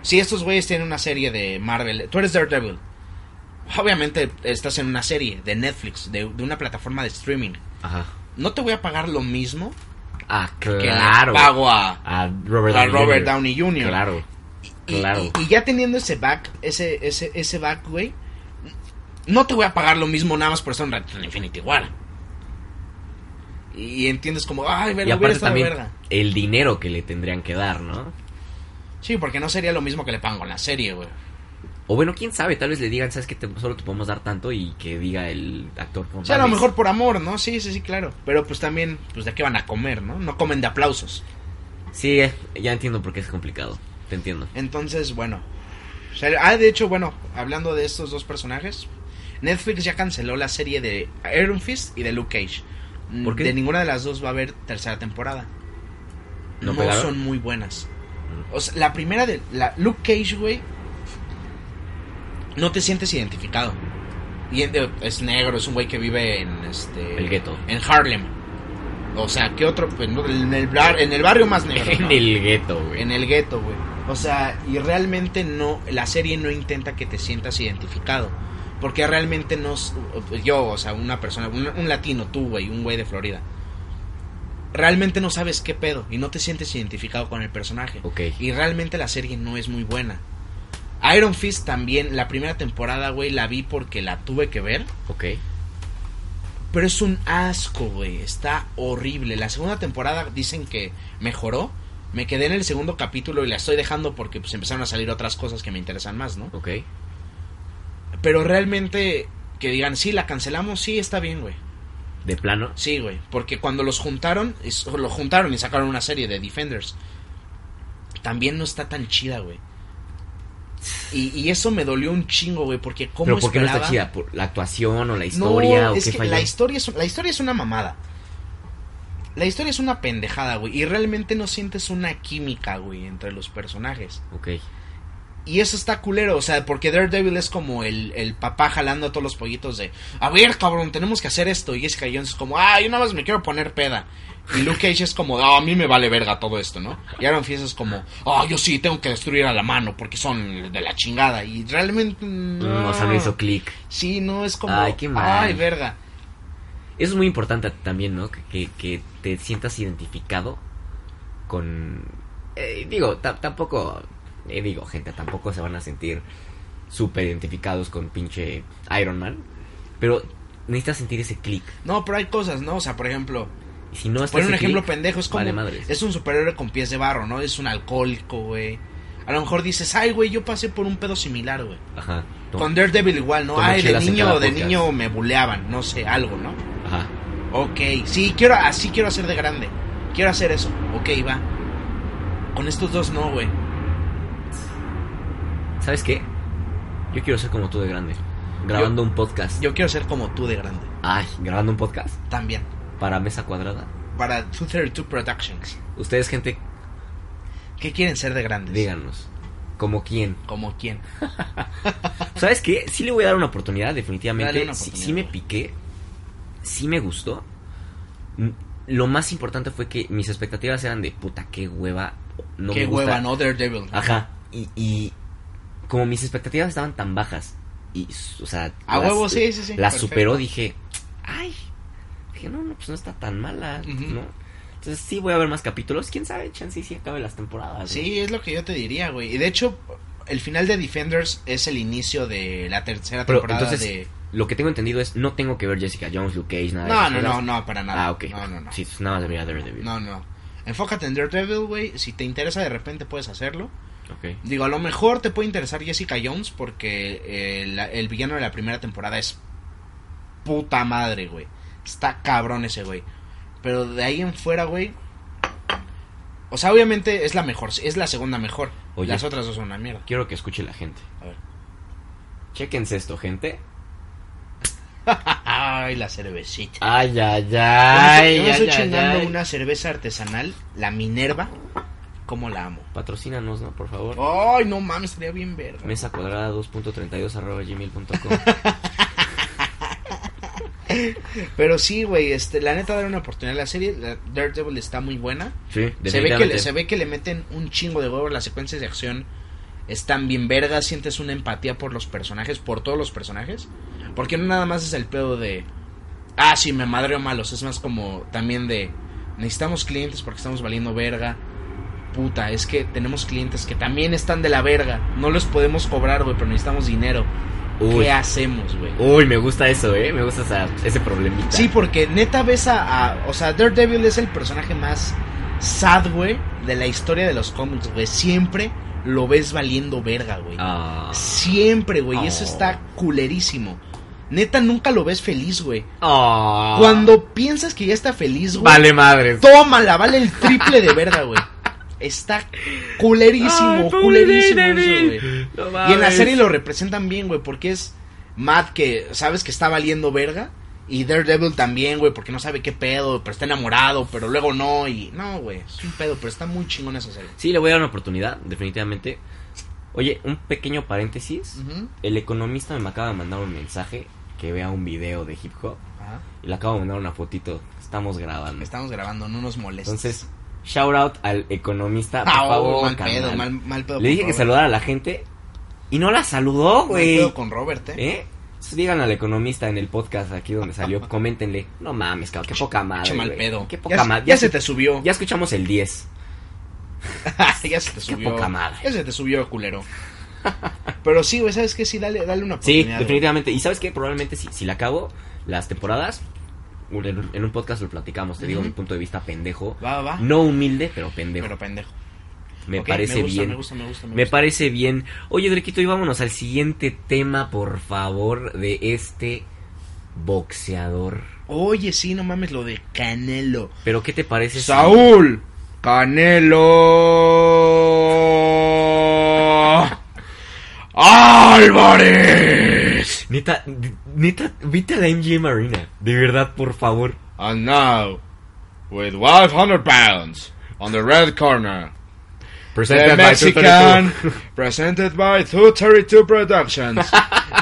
A: Si estos güeyes tienen una serie de Marvel, tú eres Daredevil. Obviamente estás en una serie de Netflix, de, de una plataforma de streaming.
B: Ajá.
A: No te voy a pagar lo mismo
B: Ah,
A: que le
B: claro.
A: pago a,
B: A Robert
A: a
B: Downey
A: Robert
B: Jr..
A: Downey Jr.
B: Claro.
A: Y-
B: Claro.
A: Y, y ya teniendo ese back, ese, ese, ese back, güey, no te voy a pagar lo mismo nada más por estar en Red- en Infinity War. Y entiendes como, ay,
B: y
A: verga, hubiera
B: aparte
A: estado
B: también
A: verga.
B: el dinero que le tendrían que dar, ¿no?
A: Sí, porque no sería lo mismo que le pagan con la serie, güey.
B: O bueno, quién sabe, tal vez le digan, sabes que solo te podemos dar tanto y que diga el actor.
A: O sea, a lo mejor por amor, ¿no? Sí, sí, sí, claro. Pero pues también, pues de qué van a comer, ¿no? No comen de aplausos.
B: Sí, eh, ya entiendo por qué es complicado. Te entiendo.
A: Entonces, bueno. o sea, ah, de hecho, bueno, hablando de estos dos personajes, Netflix ya canceló la serie de Iron Fist y de Luke Cage. Mm,
B: ¿Por qué?
A: De ninguna de las dos va a haber tercera temporada.
B: ¿No
A: No,
B: pegaron?
A: son muy buenas. O sea, la primera de la Luke Cage, güey, no te sientes identificado. Y en- es negro, es un güey que vive en este
B: El gueto.
A: en Harlem. O sea, ¿qué otro? Pues, no, en, el bar- en el barrio más negro.
B: En
A: ¿no?
B: el gueto, güey.
A: en el gueto, güey. O sea, y realmente no, la serie no intenta que te sientas identificado. Porque realmente no, s- yo, o sea, una persona, un, un latino, tú, güey, un güey de Florida. realmente no sabes qué pedo y no te sientes identificado con el personaje.
B: Ok.
A: Y realmente la serie no es muy buena. Iron Fist también, la primera temporada, güey, la vi porque la tuve que ver.
B: Ok.
A: Pero es un asco, güey. Está horrible. La segunda temporada dicen que mejoró. Me quedé en el segundo capítulo y la estoy dejando porque pues empezaron a salir otras cosas que me interesan más, ¿no?
B: Ok.
A: Pero realmente que digan, sí, la cancelamos, sí, está bien, güey.
B: De plano.
A: Sí, güey. Porque cuando los juntaron, es- lo juntaron y sacaron una serie de Defenders. También no está tan chida, güey. Y, y eso me dolió un chingo, güey, porque cómo
B: Pero ¿por qué no está
A: esperaba-
B: chida? ¿Por la actuación o la
A: No,
B: historia o
A: es
B: qué
A: que
B: falló?
A: la historia es la historia es una mamada. La historia es una pendejada, güey, y realmente no sientes una química, güey, entre los personajes.
B: Ok.
A: Y eso está culero, o sea, porque Daredevil es como el, el papá jalando a todos los pollitos de, a ver, cabrón, tenemos que hacer esto. Y Jessica Jones es como, ah, yo nada más me quiero poner peda. Y Luke Cage es como, "Ah, a mí me vale verga todo esto, ¿no? Y Aaron Fies es como, ah, yo sí, tengo que destruir a la mano porque son de la chingada. Y realmente...
B: Mm,
A: No,
B: o sea, no hizo clic.
A: Sí, no, es como,
B: Ay,
A: ay,
B: qué mal.
A: verga.
B: Eso es muy importante también, ¿no? Que, que, que te sientas identificado con... eh, digo, ta- tampoco... eh, digo, gente, tampoco se van a sentir súper identificados con pinche Iron Man. Pero necesitas sentir ese clic.
A: No, pero hay cosas, ¿no? O sea, por ejemplo,
B: Y si no está
A: poner un
B: ese
A: ejemplo
B: clic,
A: pendejo, es como.
B: Vale, madres.
A: Es un superhéroe con pies de barro, ¿no? Es un alcohólico, güey. A lo mejor dices, ay, güey, yo pasé por un pedo similar, güey.
B: Ajá. no,
A: Con Daredevil igual, ¿no?
B: Tomo
A: Ay, de
B: chelas en cada
A: niño, de
B: podcast.
A: niño me buleaban, no sé, algo, ¿no?
B: Ajá.
A: Ok, sí, quiero, así quiero hacer de grande. Quiero hacer eso. Ok, va. Con estos dos no, güey.
B: ¿Sabes qué? Yo quiero ser como tú de grande. Grabando un podcast.
A: Yo quiero ser como tú de grande.
B: Ay, grabando un podcast
A: También.
B: para Mesa Cuadrada.
A: Para 232 Productions.
B: Ustedes, gente,
A: ¿Qué quieren ser de grandes?
B: díganos. ¿Como quién?
A: Como quién.
B: ¿Sabes qué? Sí le voy a dar una oportunidad, definitivamente.
A: Dale una
B: Sí-
A: oportunidad,
B: sí, me
A: güey.
B: piqué. Sí me gustó. Mm, Lo más importante fue que mis expectativas eran de puta, qué hueva. No
A: Qué
B: me gusta.
A: hueva, ¿no? Daredevil.
B: Ajá. Y, y como mis expectativas estaban tan bajas. Y, o sea.
A: A
B: las-
A: huevo, sí, sí, sí.
B: la
A: perfecto.
B: superó, dije, ay, dije, no, no, pues no está tan mala,
A: Ujú.
B: ¿no? Entonces sí voy a ver más capítulos, quién sabe, chance y si acabe las temporadas. ¿no?
A: Sí, es lo que yo te diría, güey. Y de hecho, el final de Defenders es el inicio de la tercera
B: Pero
A: temporada
B: entonces,
A: de...
B: lo que tengo entendido es, no tengo que ver Jessica Jones, Luke Cage, nada
A: No,
B: de
A: no,
B: esas
A: no,
B: cosas.
A: no, para nada.
B: Ah, ok.
A: No, no, no.
B: Sí, pues nada más debería Daredevil.
A: No, no. Enfócate en Daredevil, güey. Si te interesa, de repente puedes hacerlo.
B: Ok.
A: Digo, a lo mejor te puede interesar Jessica Jones porque el, el villano de la primera temporada es puta madre, güey. Está cabrón ese güey. Pero de ahí en fuera, güey. O sea, obviamente es la mejor, es la segunda mejor.
B: Oye.
A: Las otras dos son una mierda.
B: Quiero que escuche la gente.
A: A ver.
B: Chequense esto, gente.
A: Ay, la cervecita.
B: Ay, ay,
A: Yo
B: ay.
A: me estoy
B: ay, ay,
A: chingando
B: ay.
A: una cerveza artesanal, la Minerva. Como la amo.
B: Patrocínanos, ¿no? Por favor.
A: Ay, no mames, estaría bien verga.
B: Mesa cuadrada 2.32 arroba gmail.com.
A: Pero sí, güey, este, la neta dar una oportunidad a la serie. la Daredevil está muy buena.
B: Sí,
A: Se ve, que le,
B: definitivamente.
A: se ve que le meten un chingo de huevo. Las secuencias de acción están bien vergas. Sientes una empatía por los personajes, por todos los personajes. Porque no nada más es el pedo de. Ah, sí, me madreo malos. Es más como también de. Necesitamos clientes porque estamos valiendo verga. Puta, es que tenemos clientes que también están de la verga. No los podemos cobrar, güey, pero necesitamos dinero.
B: Uy.
A: ¿Qué hacemos, güey?
B: Uy, me gusta eso, ¿eh? Me gusta esa- ese problemita.
A: Sí, porque neta ves a, a- O sea, Daredevil es el personaje más sad, güey, de la historia de los cómics, güey. Siempre lo ves valiendo verga, güey.
B: Ah.
A: Siempre, güey. y Eso
B: Oh.
A: está culerísimo. Neta, nunca lo ves feliz, güey.
B: Ah.
A: Cuando piensas que ya está feliz, güey.
B: Vale madre.
A: Tómala, vale el triple de verga, güey. Está culerísimo, culerísimo eso, güey. Y en la serie lo representan bien, güey, porque es Matt que sabes que está valiendo verga. Y Daredevil también, güey, porque no sabe qué pedo, pero está enamorado, pero luego no, y... No, güey, es un pedo, pero está muy chingón esa serie.
B: Sí, le voy a dar una oportunidad, definitivamente. Oye, un pequeño paréntesis.
A: Ujú.
B: El economista me acaba de mandar un mensaje que vea un video de hip hop.
A: Ajá.
B: Y le acabo de mandar una fotito. Estamos grabando.
A: Estamos grabando, no nos molestes.
B: Entonces, shout out al economista. Por
A: Ah, oh,
B: favor,
A: mal
B: carnal.
A: pedo, mal, mal pedo
B: Le
A: con
B: dije que
A: Robert.
B: saludara a la gente. Y no la saludó,
A: Mal
B: güey.
A: pedo con Robert, ¿eh?
B: ¿Eh? Digan al economista en el podcast aquí donde salió, coméntenle. No mames, cabrón, qué poca madre.
A: Pinche mal
B: güey.
A: pedo.
B: Qué
A: Ya
B: poca
A: se-
B: madre.
A: Ya se te subió.
B: Ya escuchamos el 10.
A: ya se te subió.
B: poca madre.
A: Ya se te subió, culero. Pero sí, güey, ¿sabes qué? Sí, dale, dale una
B: Sí,
A: oportunidad. güey.
B: definitivamente. Y sabes qué, probablemente si, si la acabo, las temporadas, un- en un, en un podcast lo platicamos, te digo
A: Ujú.
B: mi punto de vista pendejo.
A: Va, va, va.
B: No humilde, pero pendejo.
A: Pero pendejo.
B: me
A: Ok,
B: parece
A: gusta,
B: bien.
A: Me gusta, me gusta, me
B: Me
A: gusta.
B: parece bien. Oye, Drequito, y vámonos al siguiente tema, por favor, de este boxeador.
A: Oye, sí, no mames lo de Canelo.
B: Pero, ¿qué te parece? si-
A: Saúl Canelo Álvarez.
B: Neta, neta, vete a la MGM Arena. De verdad, por favor.
A: And now, with 500 pounds on the red corner, the Mexican, presented by 232 Productions,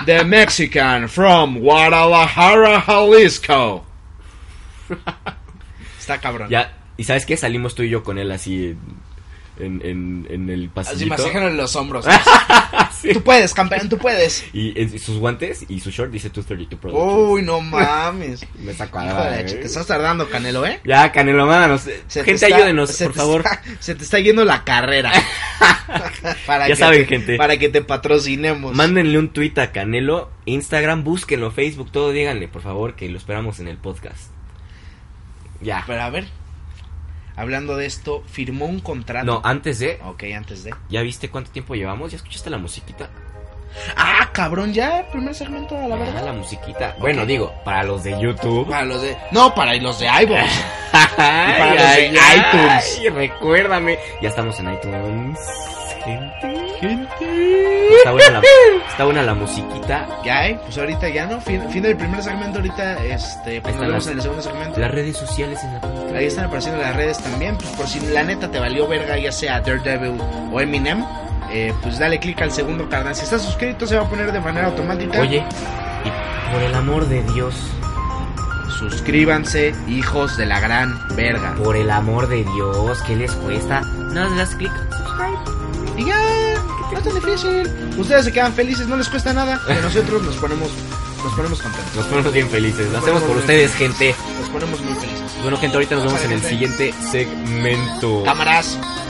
A: the Mexican from Guadalajara, Jalisco. Está cabrón.
B: Ya, ¿y sabes qué? Salimos tú y yo con él así en, en, en el
A: Así
B: pasillito.
A: masajean los hombros.
B: Sí.
A: Tú puedes, campeón, tú puedes.
B: Y en sus guantes y su short dice 232 Productions.
A: Uy, no mames.
B: Me saco a la
A: Hijo de la
B: madre,
A: ch- te
B: güey.
A: estás tardando, Canelo, ¿eh?
B: Ya, Canelo, mádanos.
A: Se te
B: Gente,
A: está-
B: ayúdenos,
A: se
B: por
A: te
B: favor.
A: está- se te está yendo la carrera. para
B: Ya
A: que
B: saben,
A: te-
B: gente.
A: Para que te patrocinemos.
B: Mándenle un tweet a Canelo, Instagram, búsquenlo, Facebook, todo, díganle, por favor, que lo esperamos en el podcast. Ya.
A: Pero a ver, hablando de esto, firmó un contrato.
B: No, ah. antes de,
A: Ok, antes de.
B: ¿ya viste cuánto tiempo llevamos? ¿Ya escuchaste la musiquita?
A: Ah, cabrón, ya, primer segmento, a la
B: Ya,
A: verdad.
B: Ah, la musiquita. Bueno, digo, para los de YouTube.
A: Para los de. No, para los de iVoox.
B: Ay,
A: para los de iTunes.
B: ay, recuérdame. Ya estamos en iTunes. Gente.
A: Gente.
B: Está buena la, está buena la musiquita.
A: Ya, eh, pues ahorita ya no. Fin, fin del primer segmento, ahorita, este, pues
B: Ahí
A: nos vemos
B: están las-
A: en el segundo segmento.
B: Las redes sociales en la pantalla.
A: Ahí están apareciendo las redes también. Pues por si la neta te valió verga, ya sea Daredevil o Eminem, eh, pues dale click al segundo cardán. Si estás suscrito, se va a poner de manera automática.
B: Oye, y por el amor de Dios,
A: suscríbanse, hijos de la gran verga.
B: por el amor de Dios, ¿qué les cuesta? No le das clic.
A: Y ya, no es tan difícil. Ustedes se quedan felices, no les cuesta nada. Y nosotros nos ponemos, nos ponemos contentos.
B: Nos ponemos bien felices. Lo
A: Nos
B: hacemos por
A: ponemos
B: ustedes,
A: bien
B: gente.
A: Nos ponemos muy felices.
B: Bueno, gente, ahorita nos vemos en el siguiente segmento.
A: Cámaras.